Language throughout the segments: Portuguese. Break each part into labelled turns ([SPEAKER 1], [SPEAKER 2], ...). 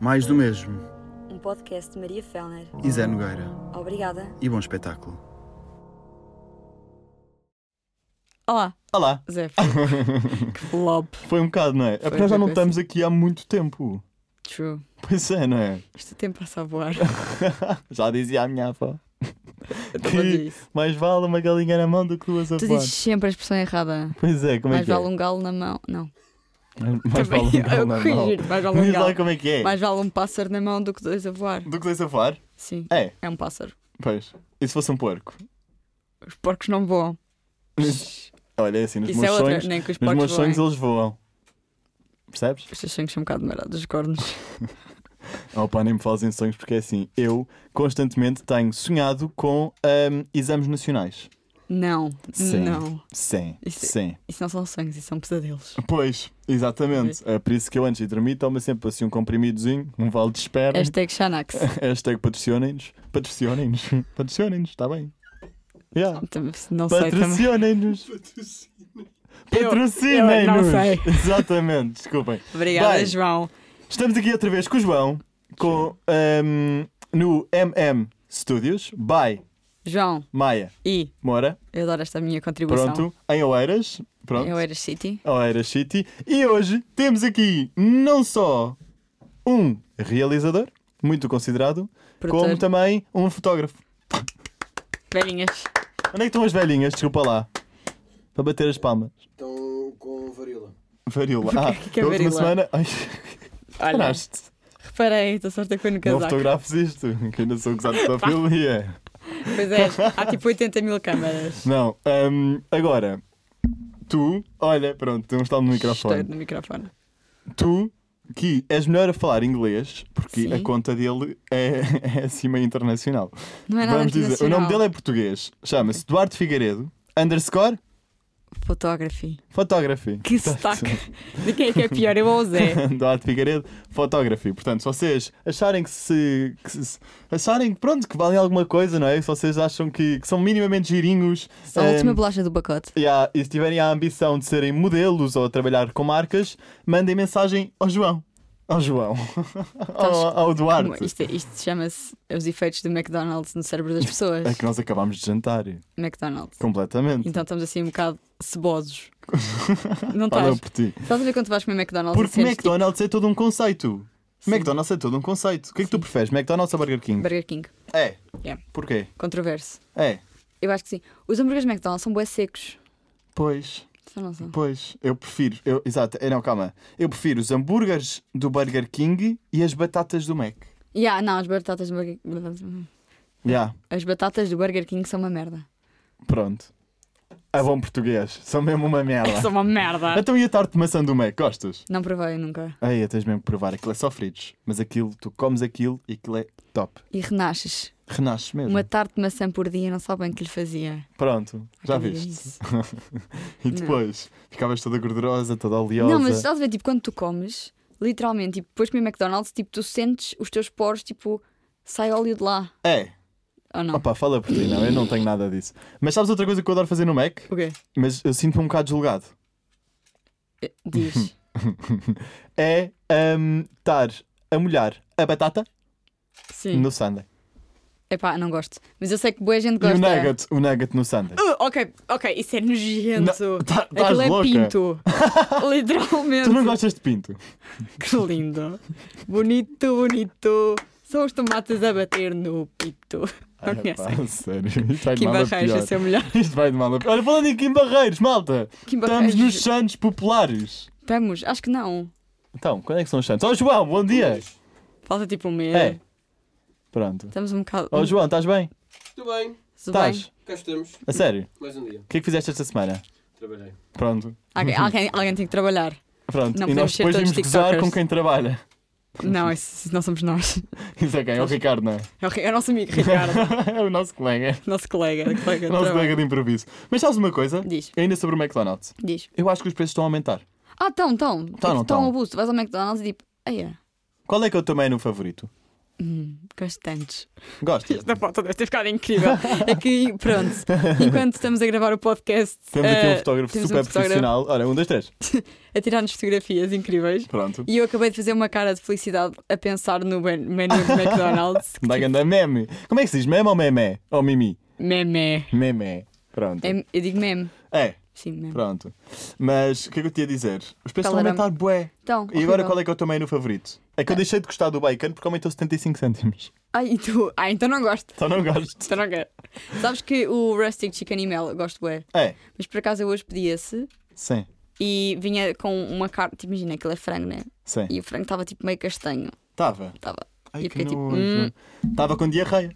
[SPEAKER 1] Mais do mesmo.
[SPEAKER 2] Um podcast de Maria Fellner.
[SPEAKER 1] E Zé Nogueira.
[SPEAKER 2] Obrigada.
[SPEAKER 1] E bom espetáculo.
[SPEAKER 2] Olá,
[SPEAKER 3] Olá!
[SPEAKER 2] Zé. que flop.
[SPEAKER 3] Foi um bocado, não é? É porque
[SPEAKER 2] Foi
[SPEAKER 3] nós já não
[SPEAKER 2] péssimo.
[SPEAKER 3] estamos aqui há muito tempo.
[SPEAKER 2] True.
[SPEAKER 3] Pois é, não é?
[SPEAKER 2] Este tempo passa a voar.
[SPEAKER 3] Já dizia a minha avó.
[SPEAKER 2] Estava a dizer
[SPEAKER 3] é Que
[SPEAKER 2] isso.
[SPEAKER 3] mais vale uma galinha na mão do que duas a
[SPEAKER 2] Tu
[SPEAKER 3] voar.
[SPEAKER 2] dizes sempre a expressão errada.
[SPEAKER 3] Pois é, como é
[SPEAKER 2] Mais
[SPEAKER 3] que é?
[SPEAKER 2] vale um galo na mão. Não.
[SPEAKER 3] Mais- Mais vale um galo na mão.
[SPEAKER 2] corrigir. Mais vale um
[SPEAKER 3] Diz lá
[SPEAKER 2] galo.
[SPEAKER 3] como é que é.
[SPEAKER 2] Mais vale um pássaro na mão do que dois a voar.
[SPEAKER 3] Do que dois a voar?
[SPEAKER 2] Sim.
[SPEAKER 3] É,
[SPEAKER 2] É um pássaro.
[SPEAKER 3] pois. E se fosse um porco?
[SPEAKER 2] Os porcos não voam.
[SPEAKER 3] Olha, é assim, nos
[SPEAKER 2] Isso
[SPEAKER 3] meus
[SPEAKER 2] é outra.
[SPEAKER 3] sonhos,
[SPEAKER 2] Nem que os
[SPEAKER 3] nos
[SPEAKER 2] porcos
[SPEAKER 3] meus
[SPEAKER 2] voem.
[SPEAKER 3] sonhos eles voam. Percebes?
[SPEAKER 2] Os teus sonhos são um bocado marados, os cornos.
[SPEAKER 3] Oh pá, nem me fales em sonhos porque é assim, eu constantemente tenho sonhado com ahm, exames nacionais.
[SPEAKER 2] Não.
[SPEAKER 3] Sim.
[SPEAKER 2] Não.
[SPEAKER 3] Sim,
[SPEAKER 2] Isso-
[SPEAKER 3] sim.
[SPEAKER 2] Isso não são sonhos, isso são pesadelos.
[SPEAKER 3] Pois, exatamente. É por isso que eu antes de dormir tomo sempre assim um comprimidozinho, um vale de espera.
[SPEAKER 2] Hashtag Xanax.
[SPEAKER 3] Hashtag patrocionem-nos. Patrocionem-nos. Patrocionem-nos, está tá bem. Yeah.
[SPEAKER 2] Também- Não sei também.
[SPEAKER 3] Patrocionem-nos.
[SPEAKER 2] Eu- eu não sei.
[SPEAKER 3] Patrocinem-nos. Exatamente, desculpem.
[SPEAKER 2] Obrigada,
[SPEAKER 3] Bem.
[SPEAKER 2] João.
[SPEAKER 3] Estamos aqui outra vez com o João, com, ahm, no MM Studios, by
[SPEAKER 2] João,
[SPEAKER 3] Maia
[SPEAKER 2] e
[SPEAKER 3] Moura.
[SPEAKER 2] eu adoro esta minha contribuição.
[SPEAKER 3] Pronto, em Oeiras. Pronto,
[SPEAKER 2] Eu era City.
[SPEAKER 3] Oeiras City. Oh, E hoje temos aqui não só um realizador, muito considerado,
[SPEAKER 2] Produtor.
[SPEAKER 3] como também um fotógrafo.
[SPEAKER 2] Velhinhas.
[SPEAKER 3] Onde é que estão as velhinhas? Desculpa lá. Para bater as palmas.
[SPEAKER 4] Estão Então, com varíola.
[SPEAKER 3] Varíola. Ah,
[SPEAKER 2] que é
[SPEAKER 3] da última
[SPEAKER 2] varíola?
[SPEAKER 3] semana. Ai,
[SPEAKER 2] Olha,
[SPEAKER 3] caraste.
[SPEAKER 2] reparei, estou sorte que foi no
[SPEAKER 3] Não
[SPEAKER 2] casaco.
[SPEAKER 3] fotografes isto, que ainda sou acusado de pedofilia.
[SPEAKER 2] Pois é, há tipo 80 mil câmaras.
[SPEAKER 3] Não, hum, agora, tu, olha, pronto, temos estado no microfone.
[SPEAKER 2] Estou no microfone.
[SPEAKER 3] Tu, que és melhor a falar inglês, porque
[SPEAKER 2] Sim.
[SPEAKER 3] a conta dele é, é assim meio internacional.
[SPEAKER 2] Não é nada
[SPEAKER 3] Vamos dizer, o
[SPEAKER 2] internacional.
[SPEAKER 3] nome dele é português, chama-se Duarte Figueiredo, underscore é-
[SPEAKER 2] Photography.
[SPEAKER 3] photography.
[SPEAKER 2] Que sotaque. De quem é que é pior? Eu ou o Zé?
[SPEAKER 3] Duarte Figueiredo, photography. Portanto, se vocês acharem que se. que se- acharem que pronto, que valem alguma coisa, não é? Se vocês acham que, que são minimamente girinhos.
[SPEAKER 2] Só a
[SPEAKER 3] ehm,
[SPEAKER 2] última bolacha do pacote.
[SPEAKER 3] e há- e se tiverem a ambição de serem modelos ou trabalhar com marcas, mandem mensagem ao João. Ao João. ao, ao
[SPEAKER 2] Como- é
[SPEAKER 3] Duarte.
[SPEAKER 2] Isto, isto chama-se os efeitos do McDonald's no cérebro das pessoas.
[SPEAKER 3] É que nós acabámos de jantar.
[SPEAKER 2] McDonald's.
[SPEAKER 3] Completamente.
[SPEAKER 2] Então estamos assim um bocado cebosos. Não
[SPEAKER 3] Fala
[SPEAKER 2] estás?
[SPEAKER 3] por ti.
[SPEAKER 2] Estás a ver quando tu vais comer McDonald's tipo, e
[SPEAKER 3] Porque
[SPEAKER 2] sentes,
[SPEAKER 3] McDonald's é todo um conceito.
[SPEAKER 2] Sim.
[SPEAKER 3] McDonald's é todo um conceito. O que é que tu preferes, McDonald's ou Burger
[SPEAKER 2] tipo,
[SPEAKER 3] King?
[SPEAKER 2] Burger King.
[SPEAKER 3] É.
[SPEAKER 2] Yeah.
[SPEAKER 3] Porquê?
[SPEAKER 2] Controverso.
[SPEAKER 3] É.
[SPEAKER 2] Eu acho que sim. Os hambúrgueres McDonald's são bué secos.
[SPEAKER 3] Pois,
[SPEAKER 2] Só não são.
[SPEAKER 3] pois. Eu prefiro. Eu, exato. É, não, calma. Eu prefiro os hambúrgueres do Burger King e as batatas do Mac.
[SPEAKER 2] Yeah, não, as batatas do Burger King. É.
[SPEAKER 3] Já.
[SPEAKER 2] As batatas do Burger King são uma merda.
[SPEAKER 3] Pronto. A bom português. São mesmo uma merda.
[SPEAKER 2] São uma merda.
[SPEAKER 3] Então e a tarte de maçã do Mac? Gostas?
[SPEAKER 2] Não provei nunca.
[SPEAKER 3] Aí, tens mesmo que provar. Aquilo é só fritos. Mas aquilo, tu comes aquilo e aquilo é top.
[SPEAKER 2] E renasces.
[SPEAKER 3] Renasces mesmo.
[SPEAKER 2] Uma tarte de maçã por dia, não sabe bem o que lhe fazia.
[SPEAKER 3] Pronto. Já
[SPEAKER 2] Acredita
[SPEAKER 3] viste.
[SPEAKER 2] nisso?
[SPEAKER 3] E depois ficavas toda gordurosa, toda oleosa.
[SPEAKER 2] Não, mas estás a ver, tipo, quando tu comes, literalmente, tipo, depois de comer McDonald's, tipo, tu sentes os teus poros, tipo, sai óleo de lá.
[SPEAKER 3] É,
[SPEAKER 2] Ou não?
[SPEAKER 3] opa, fala por ti, não, eu não tenho nada disso. Mas sabes outra coisa que eu adoro fazer no Mac?
[SPEAKER 2] O quê?
[SPEAKER 3] Mas eu sinto-me um bocado julgado.
[SPEAKER 2] Eh,
[SPEAKER 3] Uhum.
[SPEAKER 2] Diz.
[SPEAKER 3] É hum, estar a molhar a batata
[SPEAKER 2] Sim.
[SPEAKER 3] no sundae.
[SPEAKER 2] Epá, não gosto. Mas eu sei que boa gente
[SPEAKER 3] E
[SPEAKER 2] gosta.
[SPEAKER 3] o nugget, o nugget no sundae.
[SPEAKER 2] Uh, ok, ok, isso é nojento.
[SPEAKER 3] Não, tá- tás
[SPEAKER 2] Aquilo é
[SPEAKER 3] louca.
[SPEAKER 2] pinto. Literalmente.
[SPEAKER 3] Tu não gostas de pinto?
[SPEAKER 2] Que lindo. Bonito, bonito. São os tomates a bater no pito. Não
[SPEAKER 3] Epá,
[SPEAKER 2] conhecem?
[SPEAKER 3] sério, isto vai de
[SPEAKER 2] Kim
[SPEAKER 3] mal a
[SPEAKER 2] Barreiros,
[SPEAKER 3] pior.
[SPEAKER 2] esse é o melhor.
[SPEAKER 3] Isto vai de mal a pior. Olha, falando em Kim Barreiros, malta,
[SPEAKER 2] Kim
[SPEAKER 3] estamos
[SPEAKER 2] Barreiros.
[SPEAKER 3] nos Santos populares.
[SPEAKER 2] Estamos, acho que não.
[SPEAKER 3] Então, quando é que são os Santos? Ó João, bom dia!
[SPEAKER 2] Falta tipo um mês.
[SPEAKER 3] É. Pronto.
[SPEAKER 2] Estamos um bocado.
[SPEAKER 3] Ó João, estás bem?
[SPEAKER 4] Tudo bem,
[SPEAKER 2] Tudo bem?
[SPEAKER 3] Estás?
[SPEAKER 4] cá estamos.
[SPEAKER 3] A sério?
[SPEAKER 4] Mais um dia.
[SPEAKER 3] O que é que fizeste esta semana?
[SPEAKER 4] Trabalhei.
[SPEAKER 3] Pronto.
[SPEAKER 2] Alguém, alguém, alguém tem que trabalhar.
[SPEAKER 3] Pronto.
[SPEAKER 2] Não
[SPEAKER 3] e
[SPEAKER 2] podemos
[SPEAKER 3] nós
[SPEAKER 2] ser
[SPEAKER 3] depois
[SPEAKER 2] todos
[SPEAKER 3] vimos gozar
[SPEAKER 2] tiktokers.
[SPEAKER 3] com quem trabalha.
[SPEAKER 2] Não, isso, isso não somos nós.
[SPEAKER 3] Isso é quem? É o Ricardo, não é?
[SPEAKER 2] É o, Ri- é o nosso amigo Ricardo,
[SPEAKER 3] é o nosso colega.
[SPEAKER 2] nosso colega. colega de
[SPEAKER 3] O nosso
[SPEAKER 2] trabalho.
[SPEAKER 3] colega de improviso. Mas sabes uma coisa?
[SPEAKER 2] Diz.
[SPEAKER 3] Ainda sobre o McDonald's.
[SPEAKER 2] Diz.
[SPEAKER 3] Eu acho que os preços estão a aumentar.
[SPEAKER 2] Ah, estão, estão.
[SPEAKER 3] não
[SPEAKER 2] Estão
[SPEAKER 3] tão?
[SPEAKER 2] abuso. Tu vais ao McDonald's e tipo, ah, é.
[SPEAKER 3] Qual é que eu também no favorito?
[SPEAKER 2] Hum, constantes.
[SPEAKER 3] Gostas?
[SPEAKER 2] Esta foto deve ter ficado incrível. É que, pronto, enquanto estamos a gravar o podcast,
[SPEAKER 3] Temos aqui
[SPEAKER 2] eh,
[SPEAKER 3] um fotógrafo
[SPEAKER 2] temos um
[SPEAKER 3] super
[SPEAKER 2] fotógrafo
[SPEAKER 3] profissional. Olha, um, dois, três.
[SPEAKER 2] a tirar-nos fotografias incríveis.
[SPEAKER 3] Pronto.
[SPEAKER 2] E eu acabei de fazer uma cara de felicidade a pensar no ben- menu do McDonald's. tipo,
[SPEAKER 3] Dá ganda meme. Como é que se diz? Meme ou meme? Ou mimi?
[SPEAKER 2] Meme.
[SPEAKER 3] Meme. Pronto.
[SPEAKER 2] É- eu digo meme.
[SPEAKER 3] É,
[SPEAKER 2] Sim, meme.
[SPEAKER 3] pronto. Mas o que é que eu te ia dizer? Os preços estão a
[SPEAKER 2] Qual era-
[SPEAKER 3] aumentar bué.
[SPEAKER 2] Então,
[SPEAKER 3] E agora
[SPEAKER 2] horrível.
[SPEAKER 3] qual é que é o teu menu favorito? É
[SPEAKER 2] Ah.
[SPEAKER 3] que eu deixei de gostar do bacon porque aumentou 75 cêntimos.
[SPEAKER 2] Ai, e tu? Ah, então não gosto.
[SPEAKER 3] Então não gosto.
[SPEAKER 2] Então não quero. Sabes que o Rustic Chicken e Mel eu gosto bem.
[SPEAKER 3] É,
[SPEAKER 2] Mas por acaso eu hoje pedi esse
[SPEAKER 3] sim,
[SPEAKER 2] e vinha com uma carne. Tipo, imagina, aquilo é frango, né?
[SPEAKER 3] sim.
[SPEAKER 2] E o frango estava tipo meio castanho.
[SPEAKER 3] Estava.
[SPEAKER 2] Estava.
[SPEAKER 3] Ai,
[SPEAKER 2] E eu
[SPEAKER 3] que
[SPEAKER 2] fiquei tipo,
[SPEAKER 3] nojo. Estava com diarreia.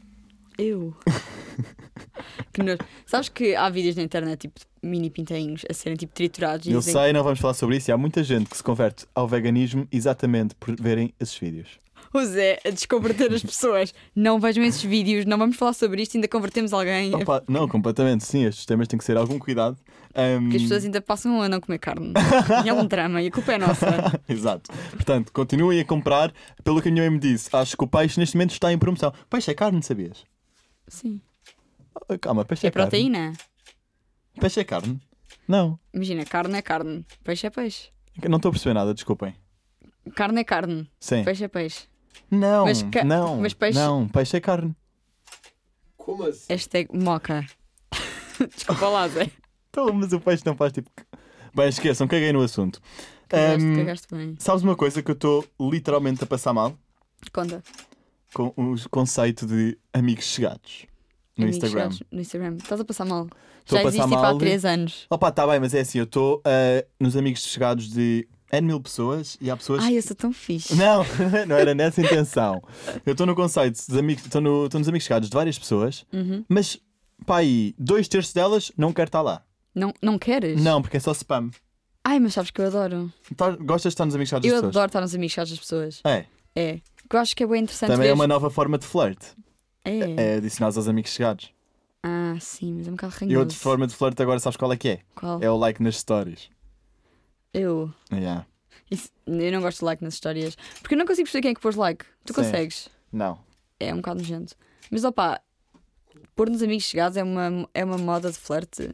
[SPEAKER 2] Eu. que nojo. Sabes que há vídeos na internet, tipo, de mini pintainhos a serem tipo triturados e
[SPEAKER 3] Eu
[SPEAKER 2] dizem-
[SPEAKER 3] sei, não vamos falar sobre isso. E há muita gente que se converte ao veganismo exatamente por verem esses vídeos.
[SPEAKER 2] O Zé a desconverter as pessoas. Não vejam esses vídeos, não vamos falar sobre isto, ainda convertemos alguém.
[SPEAKER 3] Opa, não, completamente, sim. Estes temas têm que ser algum cuidado. Ahm,
[SPEAKER 2] Porque as pessoas ainda passam um a não comer carne. E é um drama, e a culpa é nossa.
[SPEAKER 3] Exato. Portanto, continuem a comprar. Pelo que a minha mãe me disse, acho que o peixe neste momento está em promoção. Peixe é carne, sabias?
[SPEAKER 2] Sim.
[SPEAKER 3] Ah, Calma, peixe é,
[SPEAKER 2] É proteína.
[SPEAKER 3] carne. Peixe é carne? Não.
[SPEAKER 2] Imagina, carne é carne, peixe é peixe.
[SPEAKER 3] Não estou a perceber nada, desculpem.
[SPEAKER 2] Carne é carne,
[SPEAKER 3] Sim.
[SPEAKER 2] peixe é peixe.
[SPEAKER 3] Não,
[SPEAKER 2] Mas ca-
[SPEAKER 3] não,
[SPEAKER 2] mas peixe-
[SPEAKER 3] não, peixe é carne.
[SPEAKER 4] Como assim?
[SPEAKER 2] Hashtag moca. Desculpa lá, Zé.
[SPEAKER 3] Então, mas o peixe não faz tipo. Bem, esqueçam, caguei no assunto.
[SPEAKER 2] Cagaste,
[SPEAKER 3] Ahm,
[SPEAKER 2] cagaste bem.
[SPEAKER 3] sabes uma coisa que eu estou literalmente a passar mal?
[SPEAKER 2] Conta.
[SPEAKER 3] Com o conceito de amigos chegados no
[SPEAKER 2] Amigos
[SPEAKER 3] Instagram.
[SPEAKER 2] chegados No Instagram. Estás a passar mal.
[SPEAKER 3] Estou a
[SPEAKER 2] Já
[SPEAKER 3] passar
[SPEAKER 2] existe tipo,
[SPEAKER 3] mal.
[SPEAKER 2] há 3 anos.
[SPEAKER 3] Opa, tá bem, mas é assim, eu estou ah, nos amigos chegados de N mil pessoas e há pessoas.
[SPEAKER 2] Ai, eu sou tão fixe.
[SPEAKER 3] Não, não era nessa a intenção. Eu estou no conceito dos amigos, estou no, estou nos amigos chegados de várias pessoas,
[SPEAKER 2] Uhum.
[SPEAKER 3] mas pá, aí, dois terços delas não quero estar lá.
[SPEAKER 2] Não, não queres?
[SPEAKER 3] Não, porque é só spam.
[SPEAKER 2] Ai, mas sabes que eu adoro.
[SPEAKER 3] Tá- gostas de estar nos amigos chegados
[SPEAKER 2] Eu
[SPEAKER 3] das pessoas?
[SPEAKER 2] adoro estar nos amigos chegados das pessoas.
[SPEAKER 3] É,
[SPEAKER 2] É. Que eu acho que é bem interessante
[SPEAKER 3] também é
[SPEAKER 2] ver.
[SPEAKER 3] uma nova forma de flerte.
[SPEAKER 2] É.
[SPEAKER 3] É adicionar aos amigos chegados.
[SPEAKER 2] Ah, sim, mas é um bocado ranhoso.
[SPEAKER 3] E outra forma de flerte agora sabes qual é que é?
[SPEAKER 2] Qual?
[SPEAKER 3] É o like nas stories.
[SPEAKER 2] Eu.
[SPEAKER 3] Yeah.
[SPEAKER 2] Isso- Eu não gosto de like nas histórias. Porque eu não consigo perceber quem é que pôs like. Tu
[SPEAKER 3] Sim.
[SPEAKER 2] consegues?
[SPEAKER 3] Não.
[SPEAKER 2] É um bocado nojento. Mas opá, pôr nos amigos chegados é uma, é uma moda de flerte.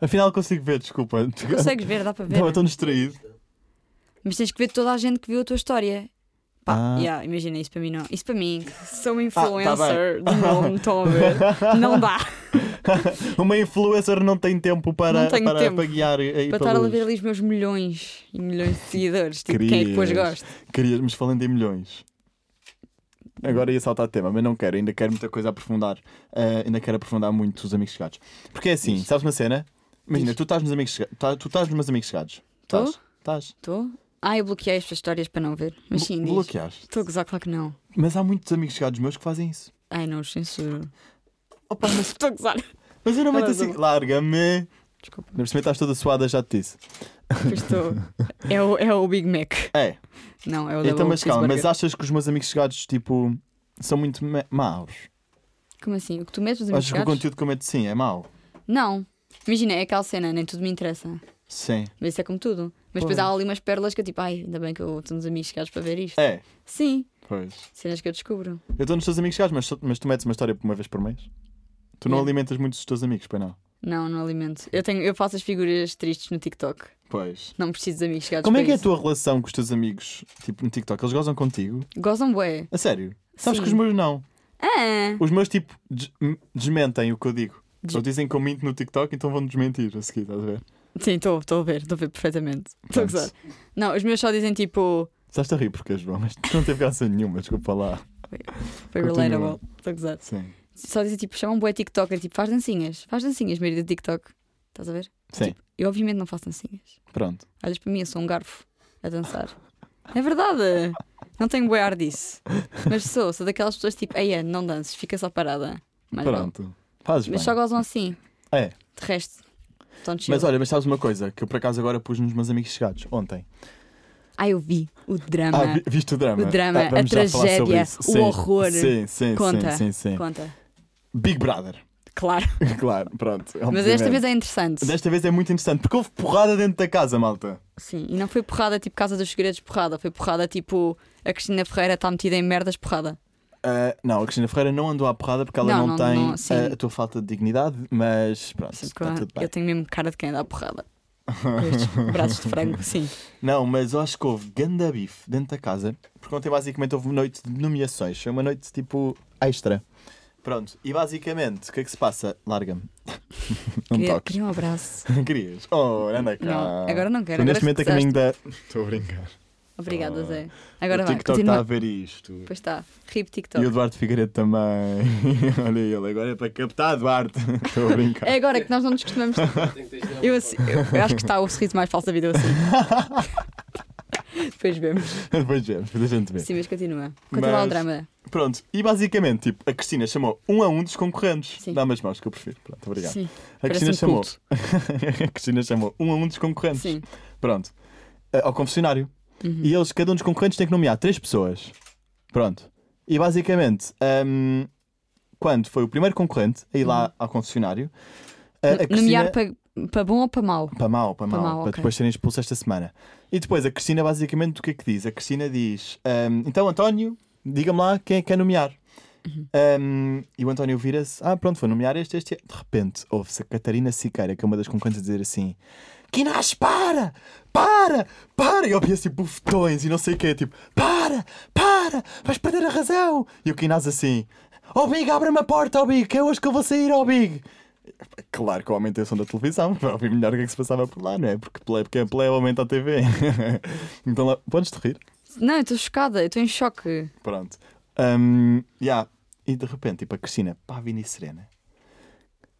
[SPEAKER 3] Afinal consigo ver, desculpa.
[SPEAKER 2] Consegues ver, dá para ver.
[SPEAKER 3] Estava tão distraído.
[SPEAKER 2] Mas tens que ver toda a gente que viu a tua história. Pá,
[SPEAKER 3] Ah.
[SPEAKER 2] yeah, imagina, isso para mim não. Isso para mim, que sou uma
[SPEAKER 3] tá
[SPEAKER 2] influencer de nome, estão a ver? Não dá.
[SPEAKER 3] Uma influencer não tem tempo para,
[SPEAKER 2] Não tenho
[SPEAKER 3] para, eh,
[SPEAKER 2] tempo
[SPEAKER 3] para guiar aí
[SPEAKER 2] Para estar a ver ali os meus milhões e milhões de seguidores. Tipo, quem é que pôs
[SPEAKER 3] Querias.
[SPEAKER 2] gosto?
[SPEAKER 3] Querias, mas falando em milhões. Agora ia saltar de tema, mas não quero, ainda quero muita coisa a aprofundar. Ah, ainda quero aprofundar muito os amigos chegados. Porque é assim, sabes uma cena? Imagina, tu estás nos amigos chegados. Tu estás nos meus amigos chegados.
[SPEAKER 2] Tô?
[SPEAKER 3] Estás? Estás.
[SPEAKER 2] Estou? Ah, eu bloqueei as tuas histórias para não ver. Mas sim,
[SPEAKER 3] Blo-
[SPEAKER 2] diz.
[SPEAKER 3] Bloqueaste.
[SPEAKER 2] Estou a gozar, claro que não.
[SPEAKER 3] Mas há muitos amigos chegados meus que fazem isso.
[SPEAKER 2] Ai, não, os censuro.
[SPEAKER 3] Opa, mas,
[SPEAKER 2] Estou a gozar.
[SPEAKER 3] mas eu não meto
[SPEAKER 2] Tá bem,
[SPEAKER 3] assim. Larga-me.
[SPEAKER 2] Desculpa,
[SPEAKER 3] Não estás toda suada, já te disse.
[SPEAKER 2] pois estou. É o, é o Big Mac.
[SPEAKER 3] É,
[SPEAKER 2] Não, é o
[SPEAKER 3] então,
[SPEAKER 2] Double
[SPEAKER 3] mas calma, mas
[SPEAKER 2] Cheeseburger.
[SPEAKER 3] achas que os meus amigos chegados, tipo, são muito ma- maus?
[SPEAKER 2] Como assim? O que tu metes nos amigos
[SPEAKER 3] Achas que o
[SPEAKER 2] chegados?
[SPEAKER 3] conteúdo que eu meto, sim, é mau?
[SPEAKER 2] Não. Imagina, é aquela cena, nem tudo me interessa.
[SPEAKER 3] Sim.
[SPEAKER 2] Mas isso é como tudo. Mas depois
[SPEAKER 3] Pois.
[SPEAKER 2] há ali umas pérolas que eu tipo, ai, ainda bem que eu estou nos amigos chegados para ver isto.
[SPEAKER 3] É,
[SPEAKER 2] Sim,
[SPEAKER 3] pois.
[SPEAKER 2] cenas que eu descubro.
[SPEAKER 3] Eu estou nos teus amigos chegados, mas, só- mas tu metes uma história uma vez por mês? Tu não
[SPEAKER 2] Yeah.
[SPEAKER 3] alimentas muito os teus amigos, pois não?
[SPEAKER 2] Não, não alimento. Eu, tenho, eu faço as figuras tristes no TikTok.
[SPEAKER 3] Pois.
[SPEAKER 2] Não preciso de amigos chegados
[SPEAKER 3] Como é
[SPEAKER 2] para
[SPEAKER 3] que é a
[SPEAKER 2] isso.
[SPEAKER 3] tua relação com os teus amigos, tipo, no TikTok? Eles gozam contigo?
[SPEAKER 2] Gozam bué.
[SPEAKER 3] A sério? Sabes
[SPEAKER 2] Sim.
[SPEAKER 3] que os meus não.
[SPEAKER 2] Ah,
[SPEAKER 3] Os meus, tipo, des- m- desmentem o que eu digo.
[SPEAKER 2] Des-
[SPEAKER 3] Eles dizem que eu minto no TikTok, então vão desmentir a seguir, estás a ver?
[SPEAKER 2] sim, estou estou a ver, estou a ver perfeitamente. Estou a
[SPEAKER 3] Pronto.
[SPEAKER 2] gozar. Não, os meus só dizem tipo,
[SPEAKER 3] Estás a rir porque és bom, mas não teve graça nenhuma, desculpa lá.
[SPEAKER 2] foi
[SPEAKER 3] Continua.
[SPEAKER 2] relatable. Estou a gozar.
[SPEAKER 3] Sim.
[SPEAKER 2] Só dizem tipo, chamam bué TikToker, tipo, faz dancinhas. Faz dancinhas, maioria do TikTok. Estás a ver?
[SPEAKER 3] Sim,
[SPEAKER 2] Eu obviamente não faço dancinhas.
[SPEAKER 3] pronto.
[SPEAKER 2] Olhas para mim, eu sou um garfo a dançar. É verdade. Não tenho boi ar disso. Mas sou, sou daquelas pessoas tipo, eia, não dances, fica só parada. Mas, vale.
[SPEAKER 3] Pronto. Fazes bem.
[SPEAKER 2] ah, mas só gozam assim.
[SPEAKER 3] É.
[SPEAKER 2] De resto, estão de
[SPEAKER 3] Mas olha, mas sabes uma coisa que eu por acaso agora pus nos meus amigos chegados ontem.
[SPEAKER 2] Ah, eu vi o drama.
[SPEAKER 3] Ah, vi- viste o drama?
[SPEAKER 2] O drama,
[SPEAKER 3] Ah, vamos
[SPEAKER 2] a
[SPEAKER 3] já falar sobre
[SPEAKER 2] tragédia,
[SPEAKER 3] isso.
[SPEAKER 2] o
[SPEAKER 3] Sim,
[SPEAKER 2] horror.
[SPEAKER 3] Sim, sim,
[SPEAKER 2] Conta.
[SPEAKER 3] sim, sim, sim.
[SPEAKER 2] Conta.
[SPEAKER 3] Big Brother.
[SPEAKER 2] Claro.
[SPEAKER 3] claro, pronto.
[SPEAKER 2] Mas
[SPEAKER 3] obviamente.
[SPEAKER 2] desta vez é interessante.
[SPEAKER 3] Desta vez é muito interessante porque houve porrada dentro da casa, malta.
[SPEAKER 2] Sim. E não foi porrada tipo Casa dos Segredos porrada. Foi porrada tipo a Cristina Ferreira está tá metida em merdas porrada.
[SPEAKER 3] Ah, não, a Cristina Ferreira não andou à porrada porque ela
[SPEAKER 2] Não, não-
[SPEAKER 3] não, tem
[SPEAKER 2] não, sim.
[SPEAKER 3] ah, a tua falta de dignidade, mas pronto,
[SPEAKER 2] Sim,
[SPEAKER 3] Ah, está tudo bem.
[SPEAKER 2] eu tenho mesmo cara de quem anda à porrada. Com estes braços de frango, sim.
[SPEAKER 3] Não, mas eu acho que houve ganda bife dentro da casa, porque ontem basicamente houve noite de nomeações, foi uma noite tipo extra. Pronto, e basicamente, o que é que se passa? Larga-me. Não me
[SPEAKER 2] Queria,
[SPEAKER 3] toques.
[SPEAKER 2] queria um abraço.
[SPEAKER 3] Querias? Oh, anda cá.
[SPEAKER 2] Não, agora não quero,
[SPEAKER 3] Tu neste
[SPEAKER 2] agora
[SPEAKER 3] momento é a caminho da. Ah.
[SPEAKER 1] Estou a brincar.
[SPEAKER 2] Obrigada, Zé.
[SPEAKER 3] o
[SPEAKER 2] Agora vai,
[SPEAKER 3] TikTok está a
[SPEAKER 2] continua.
[SPEAKER 3] ver isto.
[SPEAKER 2] Pois está, RIP
[SPEAKER 3] E o
[SPEAKER 2] TikTok.
[SPEAKER 3] Eduardo Figueiredo também. Olha ele, agora é para captar, Eduardo. Estou a brincar.
[SPEAKER 2] É agora que nós não nos costumamos.
[SPEAKER 4] Tem que deixar
[SPEAKER 2] Eu,
[SPEAKER 4] uma
[SPEAKER 2] assim- eu acho que está o sorriso mais falso da vida eu assim. Depois vemos.
[SPEAKER 3] Depois vemos, depois a gente vê.
[SPEAKER 2] Sim, mas continua. Continua
[SPEAKER 3] Mas-
[SPEAKER 2] o drama.
[SPEAKER 3] Pronto, e basicamente, tipo, a Cristina chamou um a um dos concorrentes.
[SPEAKER 2] Sim.
[SPEAKER 3] Dá-me as mãos que eu prefiro. Pronto, obrigado.
[SPEAKER 2] Sim,
[SPEAKER 3] A
[SPEAKER 2] parece
[SPEAKER 3] Cristina,
[SPEAKER 2] um
[SPEAKER 3] chamou,
[SPEAKER 2] culto.
[SPEAKER 3] a Cristina chamou um a um dos concorrentes.
[SPEAKER 2] Sim.
[SPEAKER 3] Pronto. eh, Ao confessionário. E eles, cada um dos concorrentes, tem que nomear três pessoas. Pronto. E basicamente, ahm, quando foi o primeiro concorrente a ir lá ao confessionário, a, a Cristina.
[SPEAKER 2] Nomear para para bom ou para mau?
[SPEAKER 3] Para mal, para
[SPEAKER 2] Para
[SPEAKER 3] mal,
[SPEAKER 2] mau,
[SPEAKER 3] para
[SPEAKER 2] ok.
[SPEAKER 3] depois serem expulsos esta semana. E depois a Cristina, basicamente, o que é que diz? A Cristina diz: "Ahm, Então, António, diga-me lá quem é que quer nomear.
[SPEAKER 2] Uhum.
[SPEAKER 3] Ahm, e o António vira-se: Ah, pronto, vou nomear este, este. De repente, ouve-se a Catarina Siqueira, que é uma das concorrentes, a dizer assim: Quinás, para! Para! Para! E ouvia-se tipo bufetões e não sei o quê, tipo: Para! Para! Vais perder a razão! E o Quinás assim: Ó Big, abre-me a porta, ó Big, que é hoje que eu vou sair, ó Big! Claro que eu aumentei o som da televisão para ouvir melhor o que é que se passava por lá, não é? Porque Play, porque a Play aumenta a TV. então lá, podes-te rir.
[SPEAKER 2] Não, eu estou chocada, eu estou em choque.
[SPEAKER 3] Pronto. Hum, yeah. E de repente, tipo, a Cristina, pá, Vini Serena.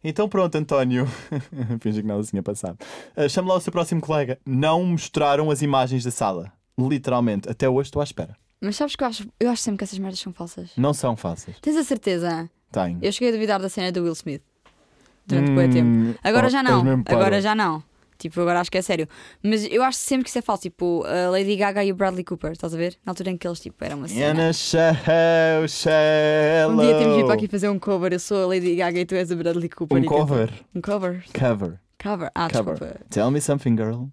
[SPEAKER 3] Então pronto, António. Fingi que nada tinha passado. Ah, chame lá o seu próximo colega. Não mostraram as imagens da sala. Literalmente. Até hoje estou à espera.
[SPEAKER 2] Mas sabes que eu acho, eu acho sempre que essas merdas são falsas.
[SPEAKER 3] Não são fáceis.
[SPEAKER 2] Tens a certeza?
[SPEAKER 3] Tenho.
[SPEAKER 2] Eu cheguei a duvidar da cena do Will Smith durante um
[SPEAKER 3] Hum,
[SPEAKER 2] bom tempo. Agora
[SPEAKER 3] oh,
[SPEAKER 2] já
[SPEAKER 3] és
[SPEAKER 2] não,
[SPEAKER 3] mesmo parva.
[SPEAKER 2] agora já não. Tipo, agora acho que é sério. Mas eu acho sempre que isso é falso. Tipo, a Lady Gaga e o Bradley Cooper, estás a ver? Na altura em que eles, tipo, eram uma cena.
[SPEAKER 3] Ana Shell, Shell.
[SPEAKER 2] Um dia temos de ir para aqui fazer um cover. Eu sou a Lady Gaga e tu és a Bradley Cooper.
[SPEAKER 3] Um
[SPEAKER 2] e cantar.
[SPEAKER 3] cover.
[SPEAKER 2] Um cover.
[SPEAKER 3] Cover.
[SPEAKER 2] Cover. Ah,
[SPEAKER 3] Cover.
[SPEAKER 2] desculpa.
[SPEAKER 3] Tell me something, girl.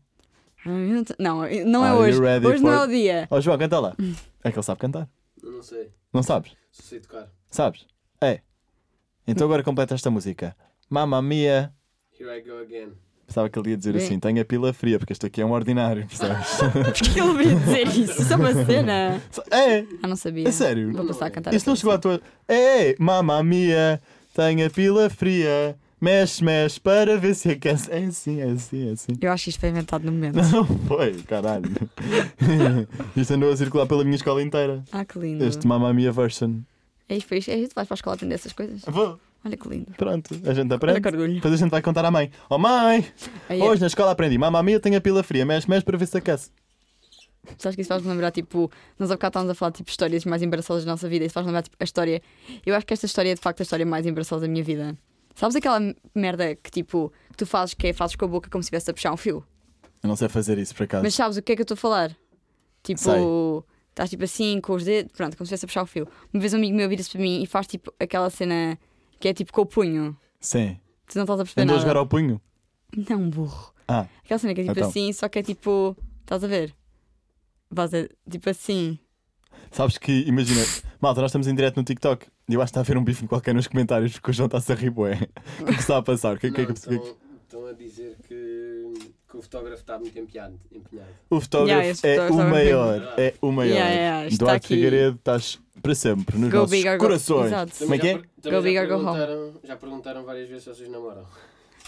[SPEAKER 2] Não, não é
[SPEAKER 3] Are you
[SPEAKER 2] hoje.
[SPEAKER 3] ready
[SPEAKER 2] Hoje não
[SPEAKER 3] for-
[SPEAKER 2] é o dia.
[SPEAKER 3] Ó João, canta lá.
[SPEAKER 2] Hum.
[SPEAKER 3] É que ele sabe cantar.
[SPEAKER 4] Eu não sei.
[SPEAKER 3] Não sabes?
[SPEAKER 4] Só sei tocar.
[SPEAKER 3] Sabes? É. Então agora completa esta música. Mamma mia.
[SPEAKER 4] Here I go again.
[SPEAKER 3] Pensava que ele ia dizer
[SPEAKER 2] Bem.
[SPEAKER 3] assim: tenho a pila fria, porque este aqui é um ordinário, percebes?
[SPEAKER 2] Porque ele veio dizer isso. Isso é uma cena.
[SPEAKER 3] é,
[SPEAKER 2] Ah, não sabia.
[SPEAKER 3] é sério.
[SPEAKER 2] Vou passar a cantar.
[SPEAKER 3] Isto não
[SPEAKER 2] essa
[SPEAKER 3] chegou à tua. É, mamma mia, tenho a pila fria. Mexe, mexe, para ver se aquece. É assim, é assim, é assim.
[SPEAKER 2] Eu acho que isto foi inventado no momento.
[SPEAKER 3] Não foi, caralho. Isto andou a circular pela minha escola inteira.
[SPEAKER 2] Ah, que lindo.
[SPEAKER 3] Este Mamma Mia version.
[SPEAKER 2] É isto, é isto. É isto. Vais para a escola aprender essas coisas?
[SPEAKER 3] Vou,
[SPEAKER 2] Olha que lindo.
[SPEAKER 3] pronto, a gente
[SPEAKER 2] Olha
[SPEAKER 3] aprende.
[SPEAKER 2] que orgulho.
[SPEAKER 3] Depois a gente vai contar à mãe. Oh mãe,
[SPEAKER 2] Aí, é
[SPEAKER 3] hoje na escola aprendi. Mamma mia, tenho a pila fria. Mexe, mexe para ver se aquece.
[SPEAKER 2] Sabes que isso faz-me lembrar, tipo, nós há bocado estávamos a falar tipo histórias mais embaraçosas da nossa vida. Isso faz-me lembrar tipo, a história. Eu acho que esta história é de facto a história mais embaraçosa da minha vida. Sabes aquela merda que tipo, que tu fazes que é fazes com a boca como se estivesse a puxar um fio?
[SPEAKER 3] Eu não sei fazer isso por acaso.
[SPEAKER 2] Mas sabes o que é que eu estou a falar?
[SPEAKER 3] Ah. Sei.
[SPEAKER 2] Tipo, estás tipo assim, com os dedos, pronto, como se estivesse a puxar o fio. Uma vez um amigo meu vira-se para mim e faz tipo aquela cena que é tipo com o punho.
[SPEAKER 3] Sim.
[SPEAKER 2] Tu não estás a perceber
[SPEAKER 3] Andou a
[SPEAKER 2] nada.
[SPEAKER 3] jogar ao punho?
[SPEAKER 2] Não, burro.
[SPEAKER 3] Ah,
[SPEAKER 2] Aquela cena que é tipo
[SPEAKER 3] Então.
[SPEAKER 2] assim, só que é tipo. Estás a ver? Vas a- tipo assim.
[SPEAKER 3] sabes que, imagina, malta, nós estamos em direto no TikTok e eu acho que está a haver um bife qualquer nos comentários porque o João está-se a rir, bué. O que é que está a passar? O que é que é
[SPEAKER 4] Não,
[SPEAKER 3] que- o que é que-
[SPEAKER 4] estão- Estão a dizer que, que o fotógrafo está muito empenhado. empenhado.
[SPEAKER 3] O fotógrafo
[SPEAKER 2] Yeah, esse
[SPEAKER 3] é
[SPEAKER 2] fotógrafo
[SPEAKER 3] o
[SPEAKER 2] estava bem.
[SPEAKER 3] maior. É o maior.
[SPEAKER 2] Yeah, yeah, está
[SPEAKER 3] Duarte
[SPEAKER 2] aqui.
[SPEAKER 3] Figueiredo, estás para sempre nos
[SPEAKER 2] Go
[SPEAKER 3] nossos
[SPEAKER 2] big or go-
[SPEAKER 3] corações.
[SPEAKER 2] Exato.
[SPEAKER 3] Como é que
[SPEAKER 4] já,
[SPEAKER 3] é?
[SPEAKER 4] per- também
[SPEAKER 2] Go
[SPEAKER 4] já
[SPEAKER 2] big or go home.
[SPEAKER 4] perguntaram, já perguntaram várias vezes se vocês namoram.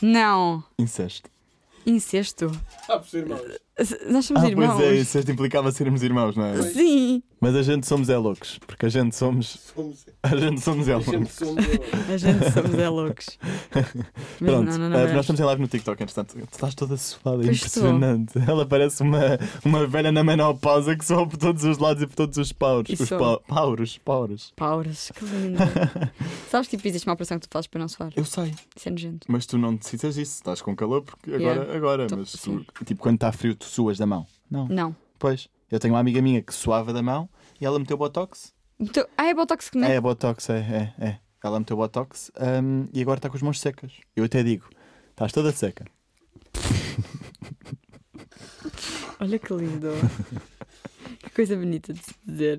[SPEAKER 2] Não!
[SPEAKER 3] Incesto.
[SPEAKER 2] Incesto.
[SPEAKER 4] Ah, por ser irmãos.
[SPEAKER 2] S- Nós
[SPEAKER 3] Ah,
[SPEAKER 2] somos irmãos.
[SPEAKER 3] pois é, incesto implicava sermos irmãos, não é?
[SPEAKER 2] Sim!
[SPEAKER 3] Mas a gente somos é loucos, porque a gente somos.
[SPEAKER 4] Somos.
[SPEAKER 3] A gente somos é loucos.
[SPEAKER 4] Sempre somos.
[SPEAKER 2] A gente somos é loucos. Mas
[SPEAKER 3] Pronto,
[SPEAKER 2] não, não,
[SPEAKER 3] eh,
[SPEAKER 2] não.
[SPEAKER 3] nós estamos em live no TikTok, entretanto. Tu estás toda suada, é
[SPEAKER 2] Pois estou.
[SPEAKER 3] impressionante. Ela parece uma, uma velha na menopausa que sobe por todos os lados e por todos os pauros.
[SPEAKER 2] E
[SPEAKER 3] Os
[SPEAKER 2] sou.
[SPEAKER 3] pau- pauros, pauros.
[SPEAKER 2] Pauras, que lindo. Sabes que tipo, existe uma operação que tu fazes para não suar?
[SPEAKER 3] Eu sei,
[SPEAKER 2] Isso é nojento.
[SPEAKER 3] mas tu não necessitas disso. Estás com calor porque agora,
[SPEAKER 2] Yeah.
[SPEAKER 3] agora.
[SPEAKER 2] Tô- assim.
[SPEAKER 3] Mas tu,
[SPEAKER 2] sim.
[SPEAKER 3] tipo, quando está frio, tu suas da mão. Não.
[SPEAKER 2] Não.
[SPEAKER 3] Pois. Eu tenho uma amiga minha que suava da mão e ela meteu botox.
[SPEAKER 2] Então, ah, é botox que
[SPEAKER 3] É,
[SPEAKER 2] mete.
[SPEAKER 3] botox, é, é, é. Ela meteu botox hum, e agora está com as mãos secas. Eu até digo, estás toda seca.
[SPEAKER 2] Olha que lindo. Coisa bonita de se dizer.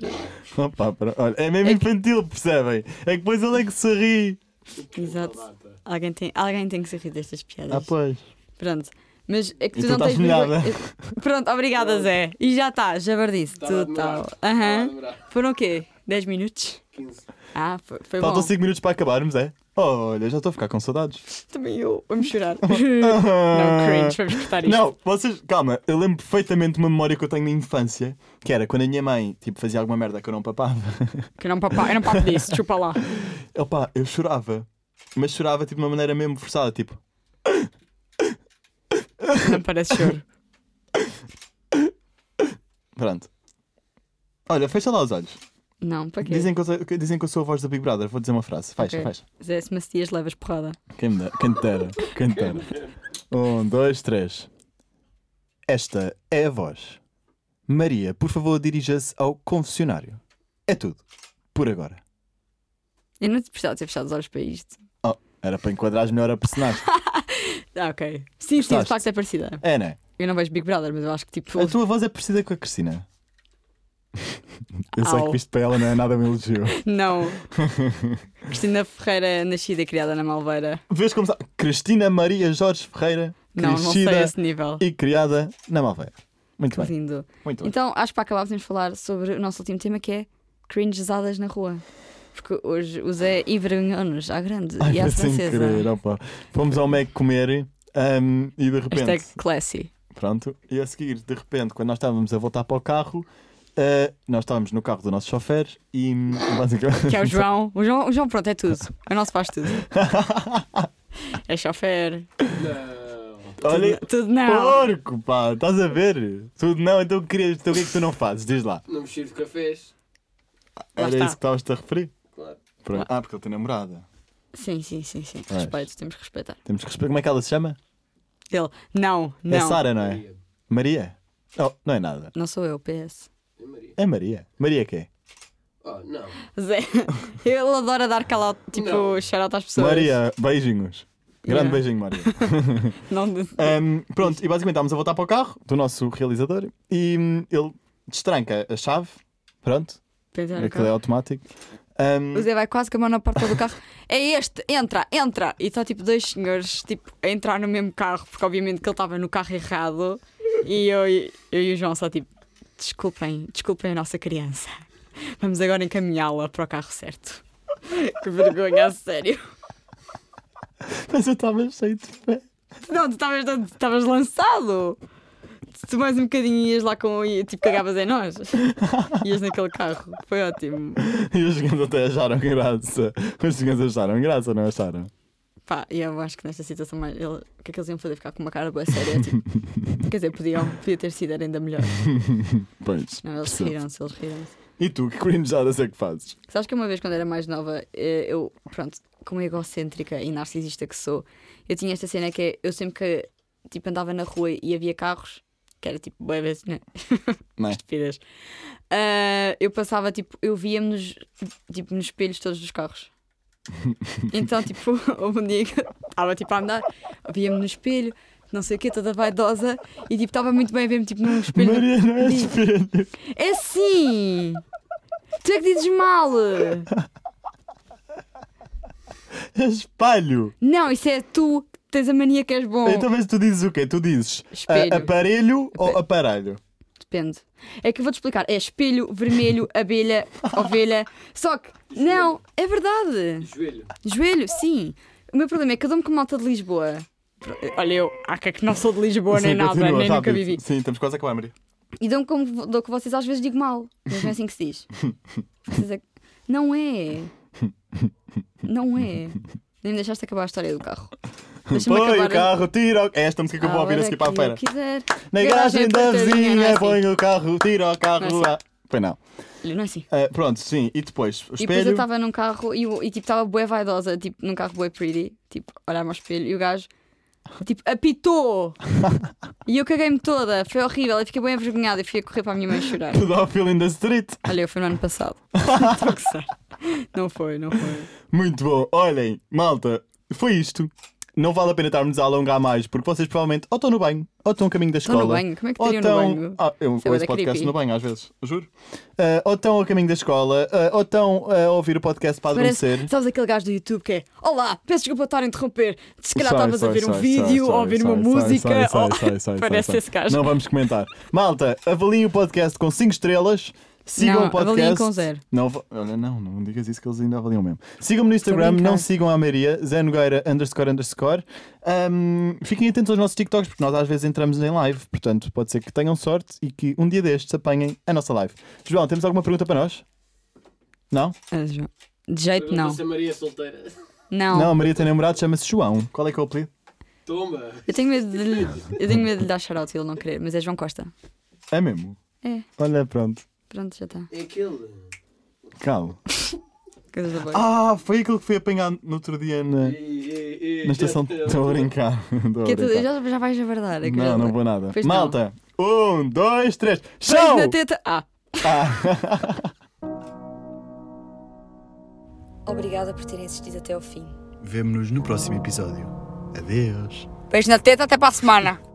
[SPEAKER 3] Opa, pera- olha, é
[SPEAKER 2] É
[SPEAKER 3] mesmo
[SPEAKER 2] que-
[SPEAKER 3] infantil, percebem? É que depois ele é que se ri.
[SPEAKER 2] Exato.
[SPEAKER 4] Batata.
[SPEAKER 2] Alguém tem, alguém tem que se rir destas piadas.
[SPEAKER 3] Ah, pois.
[SPEAKER 2] Tá Pronto. Mas é que
[SPEAKER 3] E
[SPEAKER 2] tu
[SPEAKER 3] tu
[SPEAKER 2] não
[SPEAKER 3] estás
[SPEAKER 2] tens vergonha-
[SPEAKER 3] molhada.
[SPEAKER 2] Pronto, obrigada, Zé. E já está, já bardisse.
[SPEAKER 4] Estava Tá a
[SPEAKER 2] Tu
[SPEAKER 4] demorar.
[SPEAKER 2] tal.
[SPEAKER 4] Estava a
[SPEAKER 2] Aham.
[SPEAKER 4] demorar.
[SPEAKER 2] Foram o quê? 10 minutos?
[SPEAKER 4] 15.
[SPEAKER 2] Ah, foi, foi bom.
[SPEAKER 3] Faltam 5 minutos para acabarmos, é? Olha, já estou a ficar com saudades.
[SPEAKER 2] Também eu. Vamos chorar.
[SPEAKER 3] Ah.
[SPEAKER 2] não, cringe, vamos cortar isto.
[SPEAKER 3] Não, vocês, calma, eu lembro perfeitamente de uma memória que eu tenho na infância, que era quando a minha mãe tipo, fazia alguma merda que eu não papava.
[SPEAKER 2] Que não papo, eu não papo disso, chupa lá.
[SPEAKER 3] Opa, eu chorava. Mas chorava tipo de uma maneira mesmo forçada, tipo.
[SPEAKER 2] Não parece choro.
[SPEAKER 3] Pronto. Olha, fecha lá os olhos.
[SPEAKER 2] Não, para quê?
[SPEAKER 3] Dizem que, eu, sou- que- dizem que eu sou a voz do Big Brother. Vou dizer uma frase. Fecha,
[SPEAKER 2] Ok.
[SPEAKER 3] fecha.
[SPEAKER 2] Zé, se macias, levas porrada.
[SPEAKER 3] Quem me dera? Quem te dera? Quem te dera? Um, dois, três. Esta é a voz. Maria, por favor, dirija-se ao confessionário. É tudo. Por agora.
[SPEAKER 2] Eu não te precisava ter fechado os olhos para isto.
[SPEAKER 3] Oh, era para enquadrares melhor a personagem.
[SPEAKER 2] Ah, ok. Sim, sim, de
[SPEAKER 3] Gostaste?
[SPEAKER 2] facto é parecida.
[SPEAKER 3] É, né?
[SPEAKER 2] Eu não vejo Big Brother, mas eu acho que tipo.
[SPEAKER 3] A tua voz é parecida com a Cristina. Eu sei
[SPEAKER 2] Au.
[SPEAKER 3] que isto para ela não é nada um elogio.
[SPEAKER 2] Não. Cristina Ferreira, nascida e criada na Malveira.
[SPEAKER 3] Vês como está? Cristina Maria Jorge Ferreira,
[SPEAKER 2] Não, não sei
[SPEAKER 3] crescida
[SPEAKER 2] esse nível.
[SPEAKER 3] e criada na Malveira. Muito bem,
[SPEAKER 2] Lindo.
[SPEAKER 3] muito bem.
[SPEAKER 2] Então, acho que para acabar podemos falar sobre o nosso último tema que é cringezadas na rua. Porque hoje o Zé envergonhou-nos à grande
[SPEAKER 3] Ai,
[SPEAKER 2] e à
[SPEAKER 3] foi sem
[SPEAKER 2] francesa.
[SPEAKER 3] querer, opa. Fomos ao Mac comer ahm, e de repente.
[SPEAKER 2] Hashtag classy.
[SPEAKER 3] Pronto. E a seguir, de repente, quando nós estávamos a voltar para o carro, ah, nós estávamos no carro do nosso chofer e hum, basicamente.
[SPEAKER 2] Que é o João. O João, o João pronto, é tudo. É o nosso faz tudo. É chofer.
[SPEAKER 4] Não.
[SPEAKER 3] Olha,
[SPEAKER 2] Tudo, tudo não.
[SPEAKER 3] porco, pá, estás a ver? Tudo não, então querias, então o que é que tu não fazes? Diz lá.
[SPEAKER 4] Não me cheiro de cafés.
[SPEAKER 2] Lá
[SPEAKER 3] Era
[SPEAKER 2] está.
[SPEAKER 3] isso que estavas-te a referir?
[SPEAKER 4] Claro.
[SPEAKER 3] Pronto. Ah, porque ele tem namorada.
[SPEAKER 2] Sim, sim, sim, sim.
[SPEAKER 3] Mas-
[SPEAKER 2] Respeito, temos que respeitar.
[SPEAKER 3] Temos que respeitar. Como é que ela se chama?
[SPEAKER 2] Ele, não, não.
[SPEAKER 3] É Sara, não é?
[SPEAKER 4] Maria.
[SPEAKER 3] Maria? Oh, não é nada.
[SPEAKER 2] Não sou eu, PS.
[SPEAKER 4] É Maria.
[SPEAKER 3] É Maria. Maria quê?
[SPEAKER 4] Oh, não.
[SPEAKER 2] Zé, ele adora dar calado, tipo,
[SPEAKER 4] Não.
[SPEAKER 2] shout às pessoas.
[SPEAKER 3] Maria, beijinhos. Grande
[SPEAKER 2] Yeah.
[SPEAKER 3] beijinho, Maria.
[SPEAKER 2] Não,
[SPEAKER 3] Ahm, pronto, e basicamente estávamos a voltar para o carro do nosso realizador e hum, ele destranca a chave. Pronto,
[SPEAKER 2] Pensar no
[SPEAKER 3] aquilo é
[SPEAKER 2] carro.
[SPEAKER 3] automático. Ahm,
[SPEAKER 2] O Zé vai quase com a mão na porta do carro. É este, entra, entra. E está tipo dois senhores tipo, a entrar no mesmo carro, porque obviamente que ele estava no carro errado. E eu, e- eu e o João só tipo, desculpem, desculpem a nossa criança. Vamos agora encaminhá-la para o carro certo. Que vergonha, a sério. é.
[SPEAKER 3] mas eu estava cheio de fé.
[SPEAKER 2] Não, tu estavas- tu estavas lançado. Se tu mais um bocadinho ias lá com. e, Tipo, cagavas em nós. Ias naquele carro. Foi ótimo.
[SPEAKER 3] E os gajos até acharam graça. Os gajos acharam graça, não acharam?
[SPEAKER 2] Pá, e eu acho que nesta situação mais. ele- o que é que eles iam fazer? Ficar com uma cara boa séria? Tipo, quer dizer, podiam, podia ter sido era ainda melhor.
[SPEAKER 3] Pois.
[SPEAKER 2] Não, eles
[SPEAKER 3] percebo.
[SPEAKER 2] riram-se, eles riram-se.
[SPEAKER 3] E tu, que cringeadas é que fazes?
[SPEAKER 2] Sabes que uma vez, quando era mais nova, eh, eu, pronto, como egocêntrica e narcisista que sou, eu tinha esta cena que é. Eu sempre que tipo, andava na rua e havia carros, que era tipo, boa vez, né?
[SPEAKER 3] Não é?
[SPEAKER 2] estupidez. Ah, eu passava, tipo, eu via-me nos, tipo, nos espelhos todos dos carros. Então, tipo, houve um dia que eu estava tipo, a andar, via-me no espelho, não sei o quê, toda vaidosa, e tipo, estava muito bem a ver-me tipo, num espelho.
[SPEAKER 3] Maria, não é
[SPEAKER 2] Diz.
[SPEAKER 3] espelho.
[SPEAKER 2] É assim! Tu é que dizes mal!
[SPEAKER 3] É espelho.
[SPEAKER 2] Não, isso é tu que tens a mania que és bom.
[SPEAKER 3] Então, mas tu dizes o quê? Tu dizes ah,
[SPEAKER 2] Oh. Espelho.
[SPEAKER 3] aparelho ou
[SPEAKER 2] Ape-
[SPEAKER 3] aparelho?
[SPEAKER 2] Depende. É que eu vou-te explicar. É espelho, vermelho, abelha, ovelha. Só que, não, é verdade.
[SPEAKER 4] Joelho.
[SPEAKER 2] Joelho, sim. O meu problema é que eu dou-me com malta de Lisboa. Olha, eu, aca que não sou de Lisboa nem
[SPEAKER 3] Sim,
[SPEAKER 2] nada,
[SPEAKER 3] continua,
[SPEAKER 2] nem nunca
[SPEAKER 3] rápido.
[SPEAKER 2] vivi.
[SPEAKER 3] Sim, estamos quase a acabar, Maria.
[SPEAKER 2] E dou-me como vo- dou com vocês, às vezes digo mal, mas não é assim que se diz. Vocês é que- Não é. Não é. Nem me deixaste acabar a história do carro. Deixa-me
[SPEAKER 3] Põe o
[SPEAKER 2] acabar. né? a-
[SPEAKER 3] carro, tira o... É esta música que eu vou
[SPEAKER 2] à
[SPEAKER 3] ouvir a
[SPEAKER 2] hora
[SPEAKER 3] seguir para a
[SPEAKER 2] que
[SPEAKER 3] feira.
[SPEAKER 2] eu quiser.
[SPEAKER 3] Na garagem da
[SPEAKER 2] portaria, não é
[SPEAKER 3] vizinha,
[SPEAKER 2] assim.
[SPEAKER 3] põe o carro, tira o carro
[SPEAKER 2] Não é
[SPEAKER 3] lá. Pois não.
[SPEAKER 2] Olha, Não é assim.
[SPEAKER 3] Ah, pronto, sim. E depois? O
[SPEAKER 2] E depois eu
[SPEAKER 3] espelho?
[SPEAKER 2] estava num carro e, o- e, tipo estava bué vaidosa, tipo num carro bué pretty, tipo olhar-me ao espelho e o gajo tipo apitou e eu caguei-me toda, foi horrível, eu fiquei bem envergonhada e fui a correr para a minha mãe chorar.
[SPEAKER 3] Pedófilo in the street.
[SPEAKER 2] Olha, foi no ano passado. Estou a gozar. não foi, não foi.
[SPEAKER 3] Muito bom. Olhem, malta, foi isto. não vale a pena estarmos a alongar mais, porque vocês provavelmente ou estão no banho, ou estão a caminho da
[SPEAKER 2] Estão
[SPEAKER 3] escola.
[SPEAKER 2] no banho? Como é que
[SPEAKER 3] Ou
[SPEAKER 2] teriam no banho?
[SPEAKER 3] estão. Ah, eu
[SPEAKER 2] Isso é bué
[SPEAKER 3] ouço
[SPEAKER 2] da
[SPEAKER 3] podcast
[SPEAKER 2] creepy.
[SPEAKER 3] no banho às vezes, juro. Ah, ou estão a caminho da escola, ah, ou estão a ouvir o podcast para adormecer.
[SPEAKER 2] Parece, sabes aquele gajo do YouTube que é Olá, peço desculpa por estar a interromper. Se calhar
[SPEAKER 3] Sai,
[SPEAKER 2] estavas a
[SPEAKER 3] sai,
[SPEAKER 2] ver um
[SPEAKER 3] sai,
[SPEAKER 2] vídeo ou
[SPEAKER 3] sai,
[SPEAKER 2] a ouvir
[SPEAKER 3] sai,
[SPEAKER 2] uma
[SPEAKER 3] sai,
[SPEAKER 2] música.
[SPEAKER 3] sai, sai,
[SPEAKER 2] ou-
[SPEAKER 3] sai, sai,
[SPEAKER 2] Parece
[SPEAKER 3] sai.
[SPEAKER 2] esse gajo.
[SPEAKER 3] Não vamos comentar. Malta, avaliem o podcast com 5 estrelas. Sigam
[SPEAKER 2] Não,
[SPEAKER 3] o podcast.
[SPEAKER 2] avaliem com zero.
[SPEAKER 3] Não, va- olha, não, não digas isso que eles ainda avaliam mesmo. Sigam-me no Instagram,
[SPEAKER 2] brincar.
[SPEAKER 3] não sigam a Maria, Zé Nogueira underscore underscore. Ahm, fiquem atentos aos nossos TikToks, porque nós às vezes entramos em live, portanto pode ser que tenham sorte e que um dia destes apanhem a nossa live. João, temos alguma pergunta para nós? Não?
[SPEAKER 2] Ah, João. De jeito
[SPEAKER 4] Pergunta
[SPEAKER 2] não.
[SPEAKER 4] se a Maria é solteira.
[SPEAKER 2] Não.
[SPEAKER 3] Não, a Maria tem namorado, chama-se João. Qual é que é o apelido?
[SPEAKER 4] Toma!
[SPEAKER 2] Eu tenho medo de lhe, eu tenho medo de lhe dar shout e ele não querer, mas é João Costa.
[SPEAKER 3] É mesmo?
[SPEAKER 2] É.
[SPEAKER 3] Olha, pronto,
[SPEAKER 2] Pronto, já tá. está.
[SPEAKER 4] É aquele.
[SPEAKER 3] calo.
[SPEAKER 2] Coisas da boa.
[SPEAKER 3] Ah, foi aquele que foi apanhado no outro dia na, na estação.
[SPEAKER 1] é
[SPEAKER 3] Estou a brincar. Estou a
[SPEAKER 2] Que é tudo-
[SPEAKER 3] brincar.
[SPEAKER 2] já, já vais averdar. é que já-
[SPEAKER 3] Não, não vou nada.
[SPEAKER 2] Pois não.
[SPEAKER 3] Malta, um, dois, três,
[SPEAKER 2] Beijo
[SPEAKER 3] show!
[SPEAKER 2] na teta. Ah.
[SPEAKER 5] Obrigada por terem assistido até ao fim.
[SPEAKER 1] Vemo-nos no próximo episódio. Adeus.
[SPEAKER 5] Beijo na teta, até para a semana.